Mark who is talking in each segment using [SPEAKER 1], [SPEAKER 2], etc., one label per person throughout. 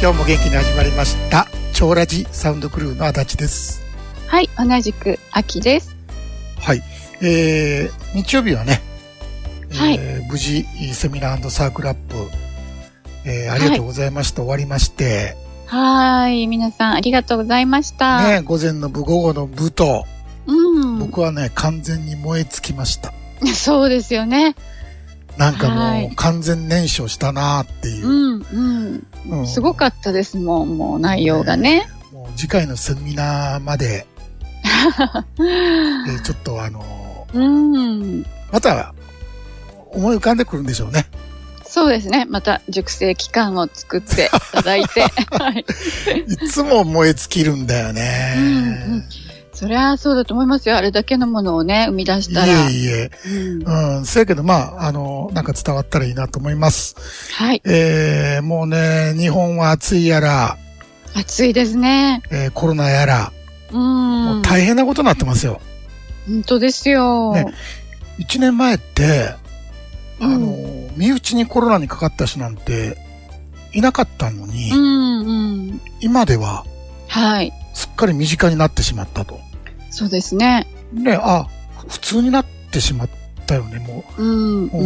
[SPEAKER 1] 今日も元気に始まりました。超ラジサウンドクルーの足立です。
[SPEAKER 2] はい、同じく秋です。
[SPEAKER 1] はい。えー、日曜日はね、
[SPEAKER 2] はい
[SPEAKER 1] えー無事、セミナーサークルアップ、えー、ありがとうございました、終わりまして、
[SPEAKER 2] はーい、皆さんありがとうございました。
[SPEAKER 1] ね、午前の部、午後の部と、
[SPEAKER 2] うん、
[SPEAKER 1] 僕はね、完全に燃え尽きました。
[SPEAKER 2] そうですよね。
[SPEAKER 1] なんか
[SPEAKER 2] は
[SPEAKER 1] もう
[SPEAKER 2] い
[SPEAKER 1] 完全燃焼したなーっていうう。
[SPEAKER 2] ん、うん、
[SPEAKER 1] うん
[SPEAKER 2] すごかったですもん、もう内容がね。
[SPEAKER 1] もう次回のセミナーま で、えーちょっとあの
[SPEAKER 2] うん、
[SPEAKER 1] ーまた思い浮かんでくるんでしょうね。
[SPEAKER 2] そうですね。また熟成期間を作っていただい て、はい、
[SPEAKER 1] いつも燃え尽きるんだよね。
[SPEAKER 2] うんうんそりゃそうだと思いますよ。あれだけのものをね、生み出し
[SPEAKER 1] い
[SPEAKER 2] たら。
[SPEAKER 1] えいえ。
[SPEAKER 2] うん、は
[SPEAKER 1] うん。せやけど、まあ、あの、なんか伝わったらいいなと思います。
[SPEAKER 2] い、
[SPEAKER 1] えー、もうね、日本は暑いやら、
[SPEAKER 2] 暑いですね。
[SPEAKER 1] えーコロナやら、
[SPEAKER 2] う、
[SPEAKER 1] もうん大変なことになってますよ。
[SPEAKER 2] 本当ですよ。
[SPEAKER 1] ね一年前って、あの、
[SPEAKER 2] うん
[SPEAKER 1] 身内にコロナにかかった人なんていなかったのに、
[SPEAKER 2] うん、うん、
[SPEAKER 1] 今では
[SPEAKER 2] はい、
[SPEAKER 1] すっかり身近になってしまったと。
[SPEAKER 2] そうですね。
[SPEAKER 1] ね、あ、普通になってしまったよね、も
[SPEAKER 2] うん。
[SPEAKER 1] う。う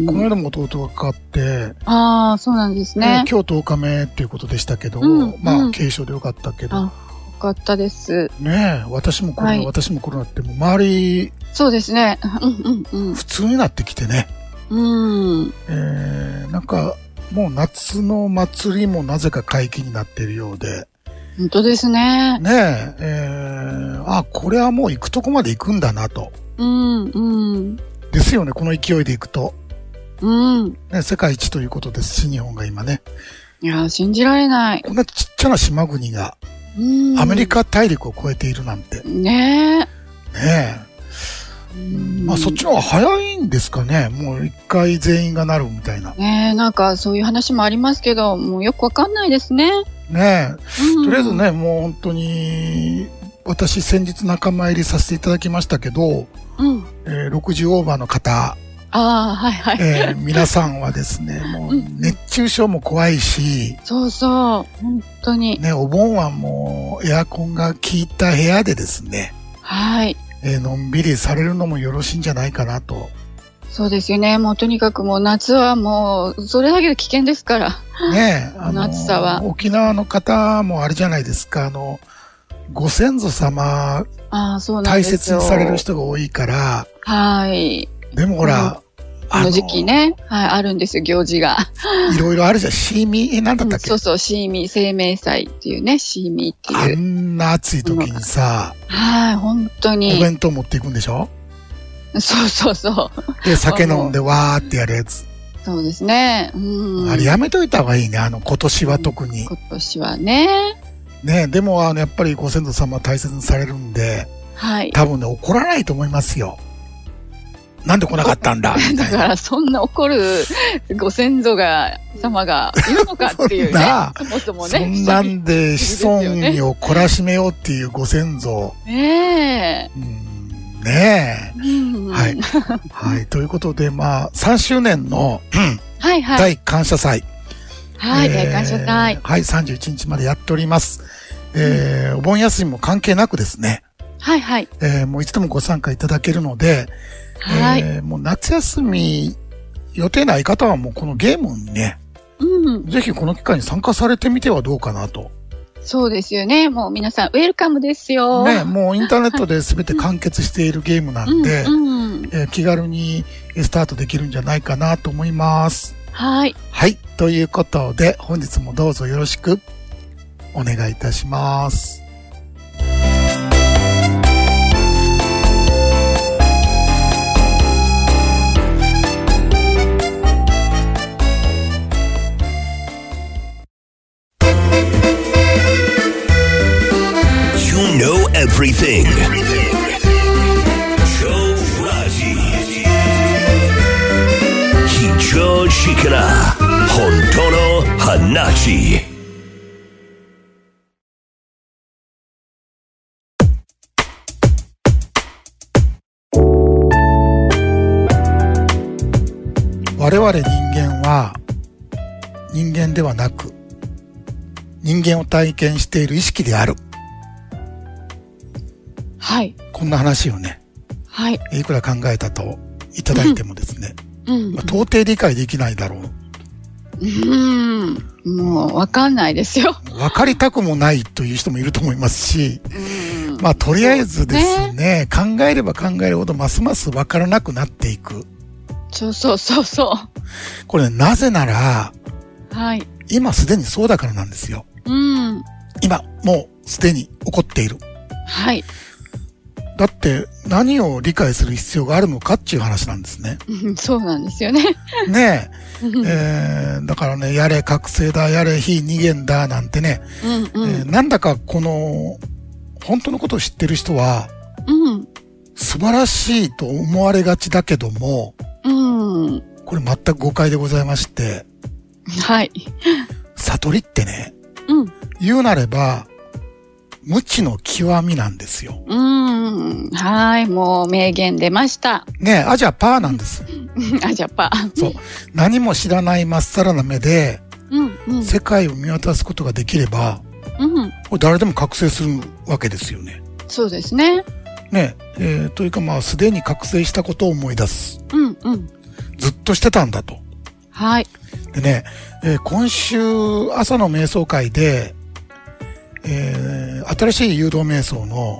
[SPEAKER 1] ん、
[SPEAKER 2] う
[SPEAKER 1] この
[SPEAKER 2] ん
[SPEAKER 1] 間も弟がかかって、
[SPEAKER 2] ああ、そうなんです
[SPEAKER 1] ね
[SPEAKER 2] ね。
[SPEAKER 1] 今日10日目ということでしたけど、
[SPEAKER 2] うん
[SPEAKER 1] ま
[SPEAKER 2] う
[SPEAKER 1] あ、
[SPEAKER 2] ん
[SPEAKER 1] 軽症でよかったけど
[SPEAKER 2] あ、よかったです。
[SPEAKER 1] ねえ、私もコロナ、
[SPEAKER 2] はい
[SPEAKER 1] 私もコロナって、もう周り、
[SPEAKER 2] そうですね。うんうん
[SPEAKER 1] 普通になってきてね、
[SPEAKER 2] うん。うん。
[SPEAKER 1] えー、なんか、もう夏の祭りもなぜか解禁になっているようで、
[SPEAKER 2] 本当ですね。
[SPEAKER 1] ねえ、えー、あ、これはもう行くとこまで行くんだなと。
[SPEAKER 2] うんうん。
[SPEAKER 1] ですよね、この勢いで行くと。
[SPEAKER 2] うん。
[SPEAKER 1] ね、世界一ということですし、日本が今ね。
[SPEAKER 2] いやー、信じられない。
[SPEAKER 1] こんなちっちゃな島国が、
[SPEAKER 2] うん。
[SPEAKER 1] アメリ。カ大陸を越えているなんて。ね
[SPEAKER 2] ね
[SPEAKER 1] え。
[SPEAKER 2] え。
[SPEAKER 1] まあそっちの方が早いんですかね。もう一回全員がなるみたいな。
[SPEAKER 2] ねえ、なんかそういう話もありますけど、もうよくわかんないですね。
[SPEAKER 1] ねえ。
[SPEAKER 2] うん
[SPEAKER 1] とりあえず。ね、もう本当に、私先日仲間入りさせていただきましたけど、
[SPEAKER 2] うん。
[SPEAKER 1] えー60オーバーの方、
[SPEAKER 2] ああ、はいはい。
[SPEAKER 1] え ー皆さんはですね、もう熱中症も怖いし、
[SPEAKER 2] そうそう。本当に。
[SPEAKER 1] ね、お盆はもうエアコンが効いた部屋でですね、
[SPEAKER 2] はい。
[SPEAKER 1] えーのんびりされるのもよろしいんじゃないかなと。
[SPEAKER 2] そうですよね。もうとにかくもう夏はもう、それだけで危険ですから。
[SPEAKER 1] ねえ、
[SPEAKER 2] この暑さは
[SPEAKER 1] 沖縄の方もあれじゃないですか、あの、ご先祖様
[SPEAKER 2] ああ、そうなんで
[SPEAKER 1] 大
[SPEAKER 2] すよ。
[SPEAKER 1] 切にされる。人が多いから、
[SPEAKER 2] はい。
[SPEAKER 1] でもほら、
[SPEAKER 2] この時期ね。はい、あるんですよ、行事が。
[SPEAKER 1] いろいろあるじゃん。シーミー、え、なんだったっけ、
[SPEAKER 2] そうそう、シーミー、生命祭っていうね、シーミーって
[SPEAKER 1] あ
[SPEAKER 2] いう。
[SPEAKER 1] んな暑い時にさ、
[SPEAKER 2] はい、本当
[SPEAKER 1] お
[SPEAKER 2] に。
[SPEAKER 1] 弁当持っていくんでし ょ
[SPEAKER 2] そうそうそう。
[SPEAKER 1] で、酒飲んでわーってやるやつ。
[SPEAKER 2] そうですね。うん。
[SPEAKER 1] あれやめといた方がいいね、あの、今年は特に。
[SPEAKER 2] 今年はね。
[SPEAKER 1] ね、でもあの、やっぱりご先祖様大切にされるんで、
[SPEAKER 2] はい。
[SPEAKER 1] 多分ね、怒らないと思いますよ。なんで来なかったんだみ
[SPEAKER 2] だ
[SPEAKER 1] たい
[SPEAKER 2] か
[SPEAKER 1] な。
[SPEAKER 2] ら、そんな怒るご先祖が、様がいるのかってい
[SPEAKER 1] そ
[SPEAKER 2] う
[SPEAKER 1] ん
[SPEAKER 2] ね。
[SPEAKER 1] な
[SPEAKER 2] そもそもね。
[SPEAKER 1] そんなんで子孫を懲らしめようっていうご先祖。
[SPEAKER 2] ね
[SPEAKER 1] うん、ねえ。
[SPEAKER 2] え。うん。
[SPEAKER 1] はい。はい。ということで、まあ、3周年の
[SPEAKER 2] はいはい。
[SPEAKER 1] 大感謝祭。
[SPEAKER 2] はい、
[SPEAKER 1] えー
[SPEAKER 2] 大感謝祭。
[SPEAKER 1] はい、31日までやっております。えーお盆休みも関係なくですね、
[SPEAKER 2] はいはい。
[SPEAKER 1] えーもういつでもご参加いただけるので、
[SPEAKER 2] はい。
[SPEAKER 1] えーもう夏休み予定ない方はもうこのゲームにね、
[SPEAKER 2] うん。
[SPEAKER 1] ぜひこの機会に参加されてみてはどうかなと。
[SPEAKER 2] そうですよね。もう皆さん、ウェルカムですよ。
[SPEAKER 1] ね、もうインターネットで全て完結しているゲームなんで、
[SPEAKER 2] うん、うん。
[SPEAKER 1] えー気軽にスタートできるんじゃないかなと思います。
[SPEAKER 2] はい。
[SPEAKER 1] はい。ということで、本日もどうぞよろしくお願いいたします。
[SPEAKER 3] You know everything. Joe Raji. Hijo Shikara. Hontono Hanachi.
[SPEAKER 1] 我々人間は人間ではなく人間を体験している意識である。
[SPEAKER 2] はい。
[SPEAKER 1] こんな話をね、
[SPEAKER 2] はい。
[SPEAKER 1] いくら考えたといただいてもですね、
[SPEAKER 2] うん
[SPEAKER 1] まあ、。到底理解できないだろ
[SPEAKER 2] うん。もう、わかんないですよ。
[SPEAKER 1] う。わかりたくもないという人もいると思いますし、
[SPEAKER 2] うん。
[SPEAKER 1] まあとりあえずですね、考えれば考えるほどますますわからなくなっていく。
[SPEAKER 2] そうそうそうそ
[SPEAKER 1] これなぜなら、
[SPEAKER 2] う。はい。
[SPEAKER 1] 今すでにそうだからなんですよ。
[SPEAKER 2] うん。
[SPEAKER 1] 今、もうすでに起こっている。
[SPEAKER 2] はい。
[SPEAKER 1] だって何を理解する必要があるのかっていう話なんです ね。
[SPEAKER 2] うんそうなんですよね。
[SPEAKER 1] ね
[SPEAKER 2] うん
[SPEAKER 1] え、えーだからね、やれ覚醒だ、やれ非二元だなんてね、
[SPEAKER 2] うんう
[SPEAKER 1] えー
[SPEAKER 2] ん。
[SPEAKER 1] なんだかこの、本当のことを知ってる人は、
[SPEAKER 2] うん。
[SPEAKER 1] 素晴らしいと思われがちだけども、
[SPEAKER 2] うん。
[SPEAKER 1] これ全く誤解でございまして、
[SPEAKER 2] はい。
[SPEAKER 1] 悟りってね、
[SPEAKER 2] うん。
[SPEAKER 1] 言うなれば、無知の極みなんですよ。
[SPEAKER 2] うん。はい。もう、名言出ました。
[SPEAKER 1] ねえ、アジアパーなんです。
[SPEAKER 2] あ、じゃあ、パー。
[SPEAKER 1] そう。何も知らないまっさらな目で、
[SPEAKER 2] うん。うん。
[SPEAKER 1] 世界を見渡すことができれば、
[SPEAKER 2] うん。
[SPEAKER 1] これ誰でも覚醒するわけですよね。
[SPEAKER 2] そうですね。
[SPEAKER 1] ねえ、えーというかまあ、すでに覚醒したことを思い出す。
[SPEAKER 2] うん。うん。
[SPEAKER 1] ずっとしてたんだと。
[SPEAKER 2] はい。
[SPEAKER 1] でね、えー今週朝の瞑想会で、えー新しい誘導瞑想の、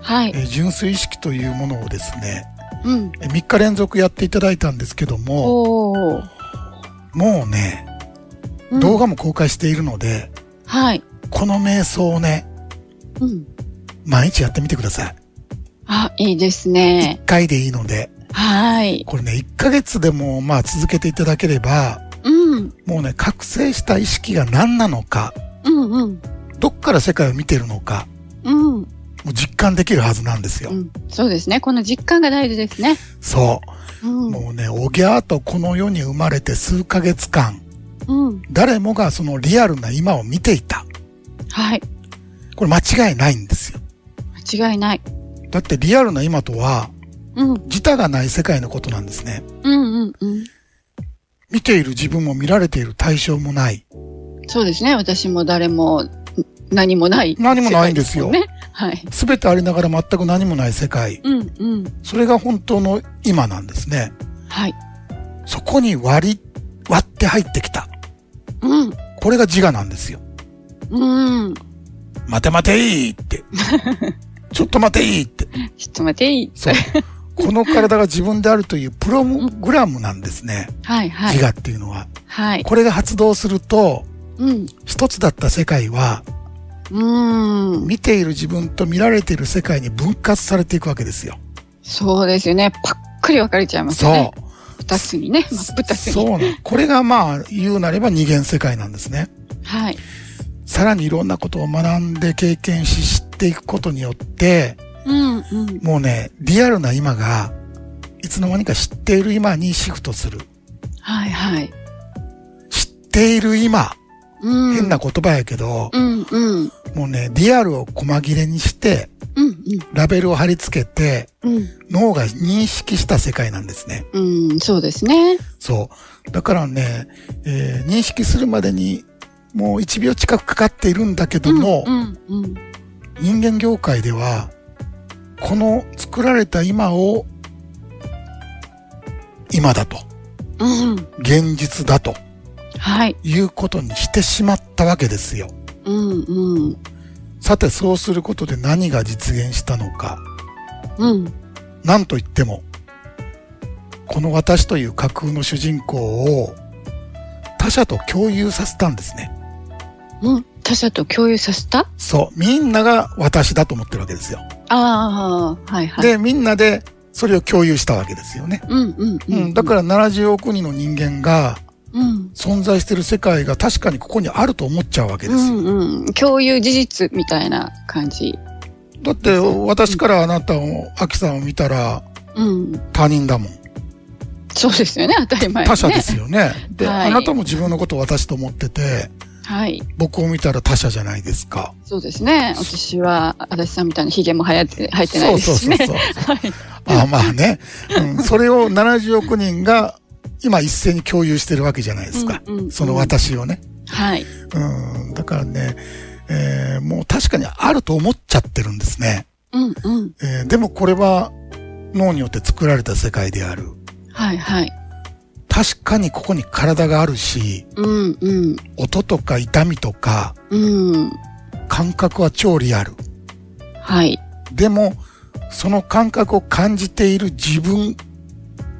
[SPEAKER 2] は
[SPEAKER 1] え
[SPEAKER 2] い。
[SPEAKER 1] ー純粋意識というものをですね、
[SPEAKER 2] うん。
[SPEAKER 1] えー3日連続やっていただいたんですけども、
[SPEAKER 2] おー。
[SPEAKER 1] もうね、
[SPEAKER 2] うん
[SPEAKER 1] 動画も公開しているので、
[SPEAKER 2] はい。
[SPEAKER 1] この瞑想をね、
[SPEAKER 2] うん。
[SPEAKER 1] 毎日やってみてください。
[SPEAKER 2] あ、いいですね。
[SPEAKER 1] 1回でいいので、
[SPEAKER 2] はい。
[SPEAKER 1] これね、1ヶ月でもまあ続けていただければ、
[SPEAKER 2] うん。
[SPEAKER 1] もうね、覚醒した意識が何なのか、
[SPEAKER 2] うんうん。
[SPEAKER 1] どっから世界を見てるのか、
[SPEAKER 2] うん。
[SPEAKER 1] もう実感できるはずなんですよ。
[SPEAKER 2] うん。そうですね。この実感が大事ですね。
[SPEAKER 1] そうう。
[SPEAKER 2] ん。
[SPEAKER 1] もうね、おぎゃーとこの世に生まれて数ヶ月間、
[SPEAKER 2] うん。
[SPEAKER 1] 誰もがそのリアルな今を見ていた。
[SPEAKER 2] はい。
[SPEAKER 1] これ間違いないんですよ。
[SPEAKER 2] 間違いない。
[SPEAKER 1] だってリアルな今とは、
[SPEAKER 2] うん。
[SPEAKER 1] 自他がない世界のことなんですね。
[SPEAKER 2] うんうんうん。
[SPEAKER 1] 見ている自分も見られている対象もない。
[SPEAKER 2] そうですね。私も誰もん何もない。
[SPEAKER 1] 何もないんですよ
[SPEAKER 2] 世界もんね。はい。
[SPEAKER 1] すべてありながら全く何もない世界。
[SPEAKER 2] うんうん。
[SPEAKER 1] それが本当の今なんですね。
[SPEAKER 2] はい。
[SPEAKER 1] そこに割り、割って入ってきた。
[SPEAKER 2] うん。
[SPEAKER 1] これが自我なんですよ。
[SPEAKER 2] うん。
[SPEAKER 1] 待て待ていい って。ちょっと待ていいって。
[SPEAKER 2] ちょっと待っていい。
[SPEAKER 1] そう。この体が自分であるというプログラムなんですね。
[SPEAKER 2] はいは
[SPEAKER 1] 自
[SPEAKER 2] い。
[SPEAKER 1] 我っていうのは。
[SPEAKER 2] はい。
[SPEAKER 1] これが発動すると、
[SPEAKER 2] うん。
[SPEAKER 1] 一つだった世界は、
[SPEAKER 2] うん。
[SPEAKER 1] 見ている自分と見られている世界に分割されていくわけですよ。
[SPEAKER 2] そうですよね。パックリ分かれちゃいますよね。
[SPEAKER 1] う。
[SPEAKER 2] 二つにね。まあ二つ
[SPEAKER 1] そうな
[SPEAKER 2] に。
[SPEAKER 1] の。これがまあ、言うなれば二元世界なんですね。
[SPEAKER 2] はい。
[SPEAKER 1] さらにいろんなことを学んで経験し、知っていくことによって、
[SPEAKER 2] うんうん。
[SPEAKER 1] もうね、リアルな今が、いつの間にか知っている今にシフトする。
[SPEAKER 2] はいはい。
[SPEAKER 1] 知っている今、
[SPEAKER 2] うん。
[SPEAKER 1] 変な。言葉やけど、
[SPEAKER 2] うんうん。
[SPEAKER 1] もうね、リアルを細切れにして、
[SPEAKER 2] うん
[SPEAKER 1] ラベルを貼り付けて、
[SPEAKER 2] うん。
[SPEAKER 1] 脳が認識した世界なんですね。
[SPEAKER 2] うん。うん、そうですね。
[SPEAKER 1] そう。だからね、えー認識するまでに、もう1秒近くかかっているんだけども、
[SPEAKER 2] うんうん。
[SPEAKER 1] 人間業界では、この作られた今を、今だと、
[SPEAKER 2] うん。うん
[SPEAKER 1] 現実だと
[SPEAKER 2] はい。
[SPEAKER 1] いうことにしてしまったわけですよ。
[SPEAKER 2] うんうん。
[SPEAKER 1] さて、そうすることで何が実現したのか。
[SPEAKER 2] うん。
[SPEAKER 1] なんと言っても、この私という架空の主人公を他者と共有させたんですね。
[SPEAKER 2] うん。他者と共有させた
[SPEAKER 1] そう。みんなが私だと思ってるわけですよ。
[SPEAKER 2] ああ、はいはい。
[SPEAKER 1] で、みんなでそれを共有したわけですよね。
[SPEAKER 2] うんうんう。
[SPEAKER 1] うんん。だから70億人の人間が、
[SPEAKER 2] ら、うん。
[SPEAKER 1] 存在してる世界が確かにここにあると思っちゃうわけ
[SPEAKER 2] う
[SPEAKER 1] ですよ。
[SPEAKER 2] んうん。共有事実みたいな感じ。
[SPEAKER 1] だって、私からあなたを、アキさんを見たら
[SPEAKER 2] うん。
[SPEAKER 1] 他人だもん。
[SPEAKER 2] そうですよね。当たり前、ね。
[SPEAKER 1] 他者ですよね。で、
[SPEAKER 2] は
[SPEAKER 1] あ
[SPEAKER 2] い
[SPEAKER 1] なたも自分のことを私と思ってて、
[SPEAKER 2] はい。
[SPEAKER 1] 僕を見たら他者じゃないですか。
[SPEAKER 2] そうですね。私は、足立さんみたいなヒゲも生えて、生えてない
[SPEAKER 1] そうそ
[SPEAKER 2] で
[SPEAKER 1] う
[SPEAKER 2] すし
[SPEAKER 1] そう
[SPEAKER 2] ね。
[SPEAKER 1] そう。
[SPEAKER 2] はい。
[SPEAKER 1] あまあね、うん。それを70億人が今一斉に共有してるわけじゃないですか。
[SPEAKER 2] うんうんうん
[SPEAKER 1] その私をね。
[SPEAKER 2] はい。
[SPEAKER 1] うん、だからね、えーもう確かにあると思っちゃってるんですね。
[SPEAKER 2] うんうん。
[SPEAKER 1] えーでもこれは脳によって作られた世界である。
[SPEAKER 2] はいはい。
[SPEAKER 1] 確かにここに体があるし、
[SPEAKER 2] うんうん。
[SPEAKER 1] 音とか痛みとか
[SPEAKER 2] うん。
[SPEAKER 1] 感覚は超リアル。
[SPEAKER 2] はい。
[SPEAKER 1] でも、その感覚を感じている自分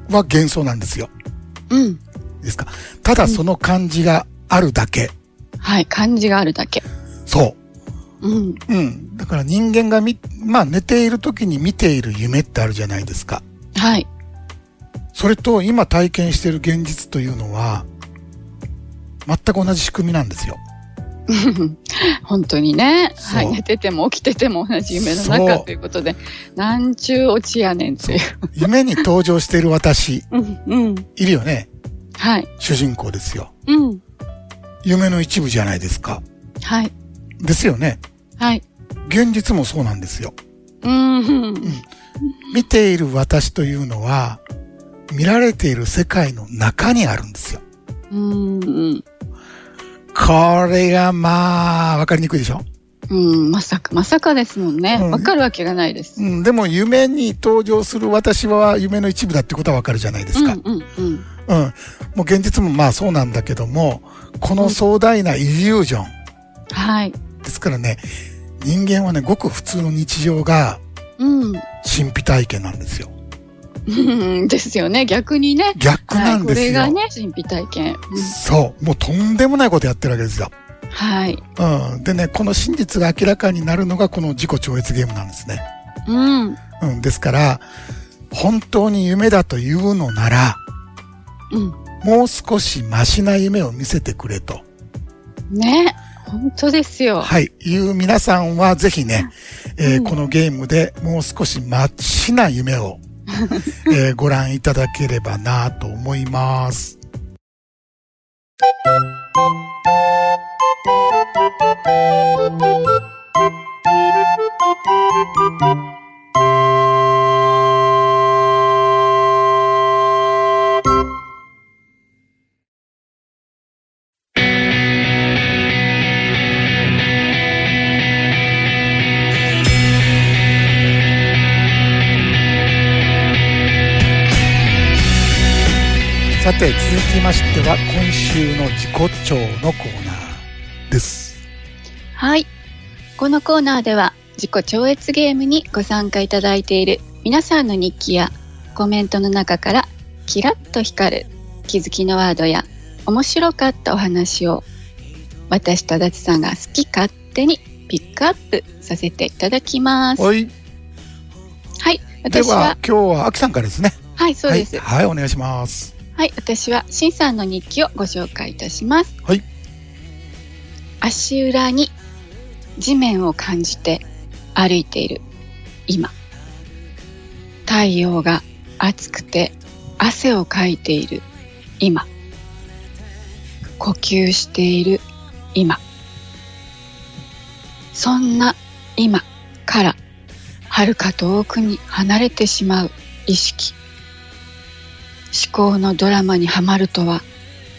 [SPEAKER 1] は幻想なんですよ。
[SPEAKER 2] うん。
[SPEAKER 1] ですか。ただその感じがあるだけ。
[SPEAKER 2] はい。漢字があるだけ。
[SPEAKER 1] そ
[SPEAKER 2] うん。
[SPEAKER 1] う。うん。だから人間がみ、まあ寝ている時に見ている夢ってあるじゃないですか。
[SPEAKER 2] はい。
[SPEAKER 1] それと今体験している現実というのは、全く同じ仕組みなんですよ。
[SPEAKER 2] 本当にね。
[SPEAKER 1] そう
[SPEAKER 2] はい。寝てても起きてても同じ夢の
[SPEAKER 1] そ
[SPEAKER 2] 中
[SPEAKER 1] う
[SPEAKER 2] ということで、なんちゅう落ちやねんっていう。
[SPEAKER 1] 夢に登場している私、
[SPEAKER 2] うんうん。
[SPEAKER 1] いるよね。
[SPEAKER 2] はい。
[SPEAKER 1] 主人公ですよ。
[SPEAKER 2] うん。
[SPEAKER 1] 夢の一部じゃないですか。
[SPEAKER 2] はい。
[SPEAKER 1] ですよね。
[SPEAKER 2] はい。
[SPEAKER 1] 現実もそうなんですよ。
[SPEAKER 2] うんうん。
[SPEAKER 1] 見ている私というのは、見られている世界の中にあるんですよ。
[SPEAKER 2] うんうん。
[SPEAKER 1] これがまあ、わかりにくいでしょ
[SPEAKER 2] うん。まさか、まさかですもんね。
[SPEAKER 1] うん
[SPEAKER 2] わかるわけがないです。
[SPEAKER 1] うん、でも夢に登場する私は夢の一部だってことはわかるじゃないですか。
[SPEAKER 2] うんうんう
[SPEAKER 1] う
[SPEAKER 2] ん。
[SPEAKER 1] ん。もう現実もまあそうなんだけども、この壮大なイリュージョン。
[SPEAKER 2] はい。
[SPEAKER 1] ですからね、人間はね、ごく普通の日常が
[SPEAKER 2] うん。
[SPEAKER 1] 神秘体験なんですよ。
[SPEAKER 2] うん ですよね。逆にね。
[SPEAKER 1] 逆
[SPEAKER 2] は。
[SPEAKER 1] ないん
[SPEAKER 2] こ
[SPEAKER 1] ですよ。
[SPEAKER 2] れがね、神秘体験。う
[SPEAKER 1] そう。もうとんでもないことやってるわけですよ。
[SPEAKER 2] んはい。
[SPEAKER 1] うん。でね、この真実が明らかになるのがこの自己超越ゲームなんですね。
[SPEAKER 2] うん。
[SPEAKER 1] うん。ですから、本当に夢だというのなら、
[SPEAKER 2] うん。
[SPEAKER 1] もう少しマシな夢を見せてくれと。
[SPEAKER 2] ね。本当ですよ。
[SPEAKER 1] はい。いう皆さんはぜひね、えー
[SPEAKER 2] うん
[SPEAKER 1] このゲームでもう少しマシな夢 を、えーご覧いただければなと思います。さて、続きましては今週の自己調のコーナーです。
[SPEAKER 2] はい。このコーナーでは自己超越ゲームにご参加いただいている皆さんの日記やコメントの中からキラッと光る気づきのワードや面白かったお話を私と足立さんが好き勝手にピックアップさせていただきます。は
[SPEAKER 1] はい。
[SPEAKER 2] い。
[SPEAKER 1] で
[SPEAKER 2] 私
[SPEAKER 1] は
[SPEAKER 2] は、、
[SPEAKER 1] 今日は秋さんからですね。
[SPEAKER 2] はい、そうです。
[SPEAKER 1] はい。はい、お願いします。
[SPEAKER 2] はい、私はしんさんの日記をご紹介いたします。
[SPEAKER 1] はい。
[SPEAKER 2] 足裏に地面を感じて歩いている今。太陽が暑くて汗をかいている今。呼吸している今。そんな今から遥か遠くに離れてしまう意識。思考のドラマにはまるとは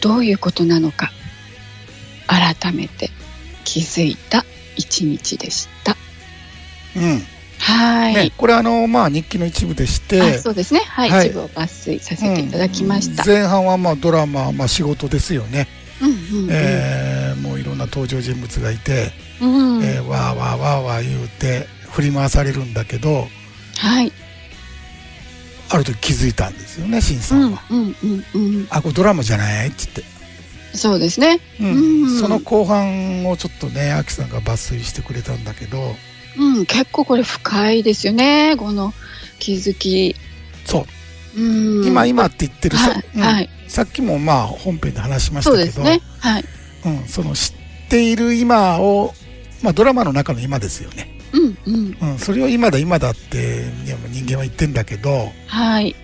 [SPEAKER 2] どういうことなのか改めて気づいた一日でした
[SPEAKER 1] うん。
[SPEAKER 2] はい
[SPEAKER 1] ね、これあの、まあ日記の一部でして、
[SPEAKER 2] あそうですねはい、
[SPEAKER 1] はい
[SPEAKER 2] 一部を抜粋させていただきました、
[SPEAKER 1] うん前半はまあドラマ、まあ仕事ですよね。
[SPEAKER 2] うんうんうん
[SPEAKER 1] えーもういろんな登場人物がいて、
[SPEAKER 2] うん
[SPEAKER 1] えーわーわーわーわー言うて振り回されるんだけど、
[SPEAKER 2] はい
[SPEAKER 1] ある時気づいたんですよね、しんさ
[SPEAKER 2] うんん
[SPEAKER 1] は。
[SPEAKER 2] うんうんうん
[SPEAKER 1] あ、これドラマじゃないっつって。
[SPEAKER 2] そうですね
[SPEAKER 1] うん
[SPEAKER 2] うん
[SPEAKER 1] その後半をちょっとね、アキさんが抜粋してくれたんだけど、
[SPEAKER 2] うん結構これ深いですよねこの気づき
[SPEAKER 1] そう、
[SPEAKER 2] うん
[SPEAKER 1] 今今って言ってるさ、
[SPEAKER 2] はい、
[SPEAKER 1] うん
[SPEAKER 2] はい
[SPEAKER 1] さっきもまあ本編で話しまし
[SPEAKER 2] そ
[SPEAKER 1] た
[SPEAKER 2] う
[SPEAKER 1] け
[SPEAKER 2] で
[SPEAKER 1] ど、
[SPEAKER 2] すねはい
[SPEAKER 1] うん、その知っている今を、まあドラマの中の今ですよね。
[SPEAKER 2] うんうん
[SPEAKER 1] うん、それを今だ今だっていや人間は言ってんだけど、
[SPEAKER 2] はい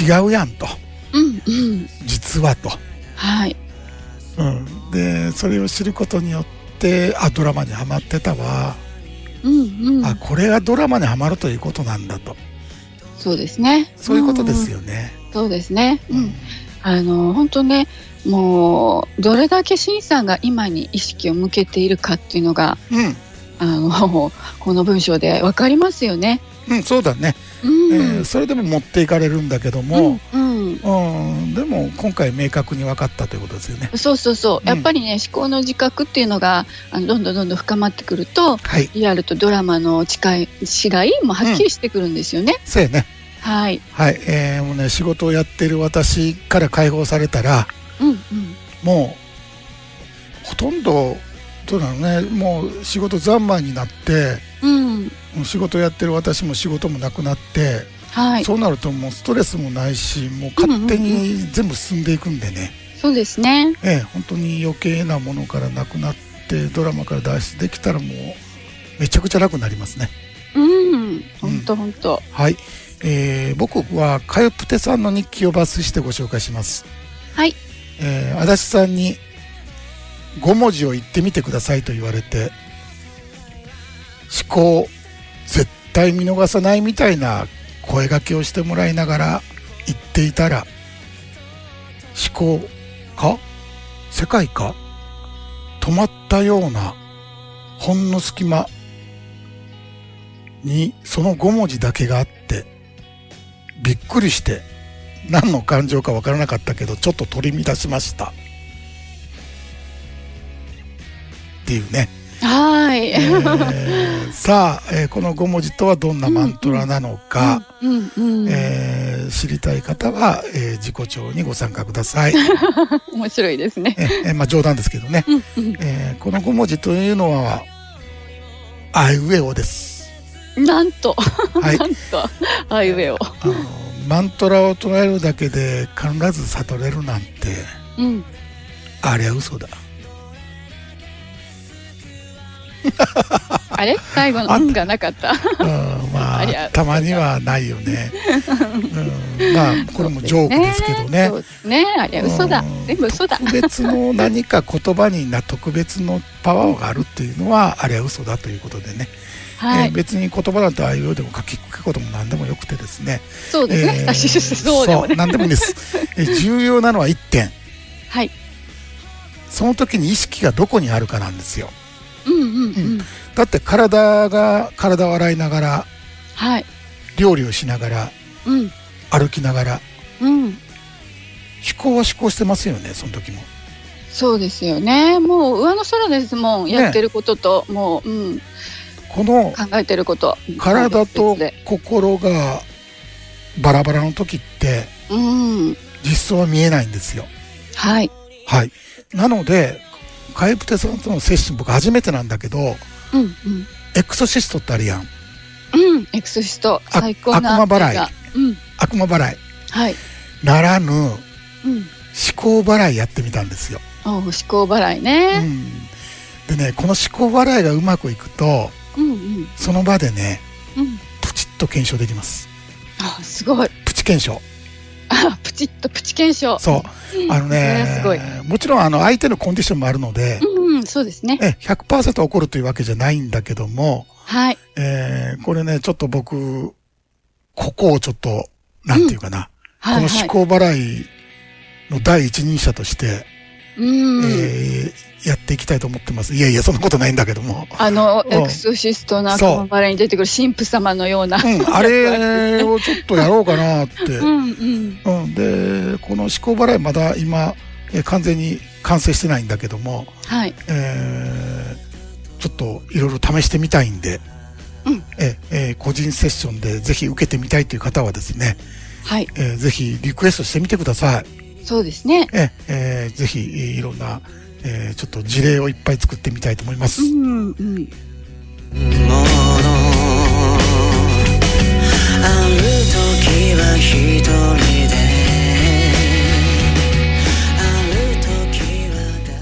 [SPEAKER 1] 違うやんと、
[SPEAKER 2] うんうん
[SPEAKER 1] 実はと。
[SPEAKER 2] はい
[SPEAKER 1] うん、で、それを知ることによって、あ、ドラマにはまってたわ。
[SPEAKER 2] うんうん
[SPEAKER 1] あ、これがドラマにはまるということなんだと。
[SPEAKER 2] そうですね。
[SPEAKER 1] そういうことですよね。
[SPEAKER 2] うん。そうですね。う
[SPEAKER 1] うん
[SPEAKER 2] ん。あの、本当ね、もうどれだけシンさんが今に意識を向けているかっていうのが
[SPEAKER 1] うん。
[SPEAKER 2] あの この文章でわかりますよね。
[SPEAKER 1] うん、そうだね、
[SPEAKER 2] うん、
[SPEAKER 1] えーそれでも持っていかれるんだけども、
[SPEAKER 2] うんうん
[SPEAKER 1] うん、でも今回明確に分かったということですよね。
[SPEAKER 2] そうそうそう、
[SPEAKER 1] うん
[SPEAKER 2] やっぱりね思考の自覚っていうのがあのどんどんどんどん深まってくると
[SPEAKER 1] はい、
[SPEAKER 2] リアルとドラマの近い違いもはっきりしてくるんですよね。
[SPEAKER 1] そうやね。
[SPEAKER 2] はい、
[SPEAKER 1] はい、えーもうね、仕事をやってる私から解放されたら、
[SPEAKER 2] うんうん、
[SPEAKER 1] もう、ほとんど、どうなのね、もう仕事三昧になって、
[SPEAKER 2] うん、
[SPEAKER 1] もう仕事やってる私も仕事もなくなって、
[SPEAKER 2] はい、そ
[SPEAKER 1] そうなるともうストレスもないし、もう勝手に全部進んでいくんでね。
[SPEAKER 2] うですね。
[SPEAKER 1] ええ、本当に余計なものからなくなってドラマから脱出できたらもうめちゃくちゃ楽になりますね
[SPEAKER 2] うん、本当本当。
[SPEAKER 1] はい、えー僕はかよぷてさんの日記を抜粋してご紹介します、
[SPEAKER 2] はい、
[SPEAKER 1] えー、足立さんに5文字を言ってみてくださいと言われて思考絶対見逃さないみたいな声掛けをしてもらいながら言っていたら思考か世界か止まったようなほんの隙間にその5文字だけがあってびっくりして何の感情かわからなかったけどちょっと取り乱しましたっていう ね、
[SPEAKER 2] はい。
[SPEAKER 1] えーさあ、えーこの5文字とはどんなマントラなのか、
[SPEAKER 2] うんうん、
[SPEAKER 1] えー知りたい方は、えー自己調にご参加くだ さい、
[SPEAKER 2] 面白いですね。
[SPEAKER 1] ええまあ冗談ですけどね、
[SPEAKER 2] うんうん
[SPEAKER 1] えーこの5文字というのはあいうえおです
[SPEAKER 2] なんと、
[SPEAKER 1] はい
[SPEAKER 2] なんと、あいうえを。
[SPEAKER 1] あのマントラを唱えるだけで必ず悟れるなんて
[SPEAKER 2] うん、
[SPEAKER 1] あれは嘘だ
[SPEAKER 2] あれ、最後の
[SPEAKER 1] あんた
[SPEAKER 2] 運がなかった。
[SPEAKER 1] うんま
[SPEAKER 2] あ
[SPEAKER 1] あ
[SPEAKER 2] りゃ
[SPEAKER 1] たまにはないよね、うん、 まあこれもジョークですけどね
[SPEAKER 2] そうですね、あれ、嘘だ
[SPEAKER 1] うん、
[SPEAKER 2] 全部嘘だ。
[SPEAKER 1] 特別の何か言葉にな特別のパワーがあるっていうのはあれは嘘だということでね、
[SPEAKER 2] は
[SPEAKER 1] えー
[SPEAKER 2] い、
[SPEAKER 1] 別に言葉なんてああいうようでも書き書くことも何でもよくてですね
[SPEAKER 2] そうですね、
[SPEAKER 1] えー
[SPEAKER 2] そうでも
[SPEAKER 1] そ
[SPEAKER 2] ね
[SPEAKER 1] う。何でもいいです、えー重要なのは1点
[SPEAKER 2] はい、
[SPEAKER 1] その時に意識がどこにあるかなんですよ
[SPEAKER 2] うんうんうん、
[SPEAKER 1] だって体が体を洗いながら
[SPEAKER 2] はい、
[SPEAKER 1] 料理をしながら
[SPEAKER 2] うん
[SPEAKER 1] 歩きながら
[SPEAKER 2] うん、
[SPEAKER 1] 思考は思考してますよねその時も
[SPEAKER 2] そうですよね。もう上の空ですもん、
[SPEAKER 1] ね
[SPEAKER 2] やってることと、もう、うん、
[SPEAKER 1] この
[SPEAKER 2] 考えてること。
[SPEAKER 1] 体と
[SPEAKER 2] で
[SPEAKER 1] 心がバラバラの時って
[SPEAKER 2] うん、
[SPEAKER 1] 実装は見えないんですよ
[SPEAKER 2] はい、
[SPEAKER 1] はいなのでカエプテさんとのセッション僕初めてなんだけど
[SPEAKER 2] うんうん。
[SPEAKER 1] エクソシストってあるやん
[SPEAKER 2] うん、エクソシスト、
[SPEAKER 1] あ
[SPEAKER 2] 最高な。
[SPEAKER 1] 悪魔払い
[SPEAKER 2] 映画うん、
[SPEAKER 1] 悪魔払い
[SPEAKER 2] はい、
[SPEAKER 1] ならぬ思
[SPEAKER 2] うん、
[SPEAKER 1] 考払いやってみたんですよ、
[SPEAKER 2] お思考払いうね。
[SPEAKER 1] ん、でねこの思考払いがうまくいくと
[SPEAKER 2] うん、うん、
[SPEAKER 1] その場でね
[SPEAKER 2] うん。
[SPEAKER 1] プチッと検証できます
[SPEAKER 2] あ、すごい。
[SPEAKER 1] プチ検証
[SPEAKER 2] あ、プチッとプチ検証。
[SPEAKER 1] そうあのね
[SPEAKER 2] ねすごい
[SPEAKER 1] もちろんあの相手のコンディションもあるので、
[SPEAKER 2] うん、そうですね。
[SPEAKER 1] え100%起こるというわけじゃないんだけども、
[SPEAKER 2] はい。
[SPEAKER 1] えーこれねちょっと僕ここをちょっとなんていうかな、こ
[SPEAKER 2] はい、はい。
[SPEAKER 1] の思考払いの第一人者として、
[SPEAKER 2] うん。
[SPEAKER 1] えーやっていきたいと思ってますいやいやそんなことないんだけど も、
[SPEAKER 2] あの、
[SPEAKER 1] うん
[SPEAKER 2] エクソシストの悪魔払いに出てくる神父様のような。
[SPEAKER 1] う ん、あれをちょっとやろうかなって、
[SPEAKER 2] う、
[SPEAKER 1] うん
[SPEAKER 2] うん。
[SPEAKER 1] でこの思考払いまだ今、えー完全に完成してないんだけども、
[SPEAKER 2] はい。
[SPEAKER 1] えーちょっといろいろ試してみたいんで、
[SPEAKER 2] うん
[SPEAKER 1] ええー個人セッションでぜひ受けてみたいという方はですね、
[SPEAKER 2] はい。
[SPEAKER 1] えーぜひリクエストしてみてください。
[SPEAKER 2] そうですね。
[SPEAKER 1] ええーぜひえーいろんな、えーちょっと事例をいっぱい作ってみたいと思います。
[SPEAKER 2] うん、うん。
[SPEAKER 4] もの「ある時はひとりで」「ある時はだ」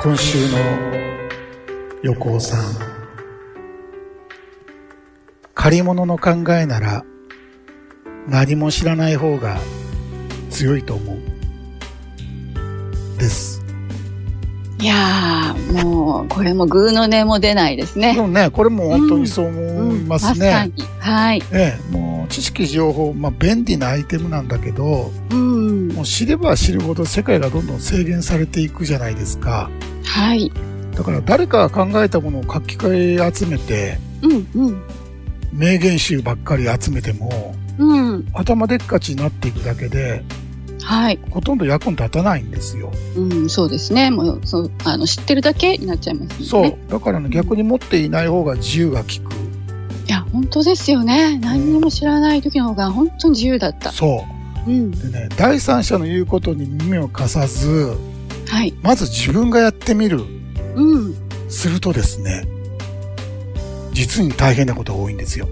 [SPEAKER 1] 今週の横尾さん借り物の考えなら何も知らない方が強いと思うです
[SPEAKER 2] えいやーもうこれもグーの音も出ないです
[SPEAKER 1] で
[SPEAKER 2] ね。
[SPEAKER 1] もね、これも本当にそう思い
[SPEAKER 2] うん
[SPEAKER 1] ます
[SPEAKER 2] まさ
[SPEAKER 1] ね。
[SPEAKER 2] にはい。
[SPEAKER 1] ええ、もう知識情報、まあ便利なアイテムなんだけど、
[SPEAKER 2] うん
[SPEAKER 1] もう知れば知るほど世界がどんどん制限されていくじゃないですか。
[SPEAKER 2] はい。
[SPEAKER 1] だから誰かが考えたものを書き換え集めて、
[SPEAKER 2] うんうん
[SPEAKER 1] 名言集ばっかり集めても、
[SPEAKER 2] うん
[SPEAKER 1] 頭でっかちになっていくだけで、
[SPEAKER 2] はい。
[SPEAKER 1] ほとんど役に立たないんですよ。
[SPEAKER 2] うんそうですね。もうそうあの知ってるだけになっちゃいますもん
[SPEAKER 1] そ
[SPEAKER 2] ね。
[SPEAKER 1] う。だからね、逆に持っていない方が自由が利く。
[SPEAKER 2] いや本当ですよね。何にも知らない時の方が本当に自由だった。
[SPEAKER 1] そ
[SPEAKER 2] うん
[SPEAKER 1] う。でね、第三者の言うことに耳を貸さず、
[SPEAKER 2] はい。
[SPEAKER 1] まず自分がやってみる。
[SPEAKER 2] うん。
[SPEAKER 1] するとですね、実に大変なことが多いんですよ。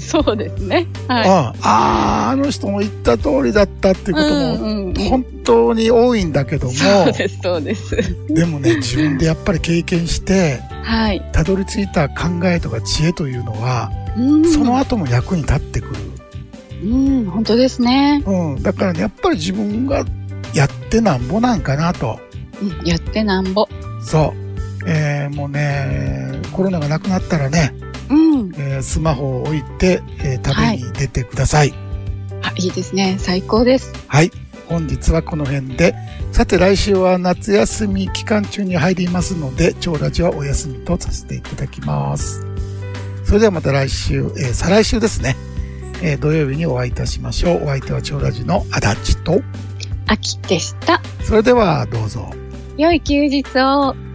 [SPEAKER 2] そうですね。はい。
[SPEAKER 1] ああ、あーあの人も言った通りだったっていうことも、
[SPEAKER 2] うんうん
[SPEAKER 1] 本当に多いんだけども、
[SPEAKER 2] そうですそうです。
[SPEAKER 1] でもね、自分でやっぱり経験して、
[SPEAKER 2] はい。
[SPEAKER 1] たどり着いた考えとか知恵というのは、
[SPEAKER 2] うん
[SPEAKER 1] その後も役に立ってくる。
[SPEAKER 2] うん本当ですね。
[SPEAKER 1] うん、だからね、やっぱり自分がやってなんぼなんかなと。
[SPEAKER 2] うんやってなんぼ。
[SPEAKER 1] そう。えーもうね、コロナがなくなったらね、
[SPEAKER 2] うん。
[SPEAKER 1] えースマホを置いて、えー旅に出てください。
[SPEAKER 2] あいいですね。最高です。
[SPEAKER 1] はい。本日はこの辺で。さて来週は夏休み期間中に入りますので、超ラジはお休みとさせていただきます。それではまた来週、えー再来週ですね。えー土曜日にお会いいたしましょう。お相手は超ラジの足立と。
[SPEAKER 2] 秋でした。
[SPEAKER 1] それではどうぞ。
[SPEAKER 2] 良い休日を。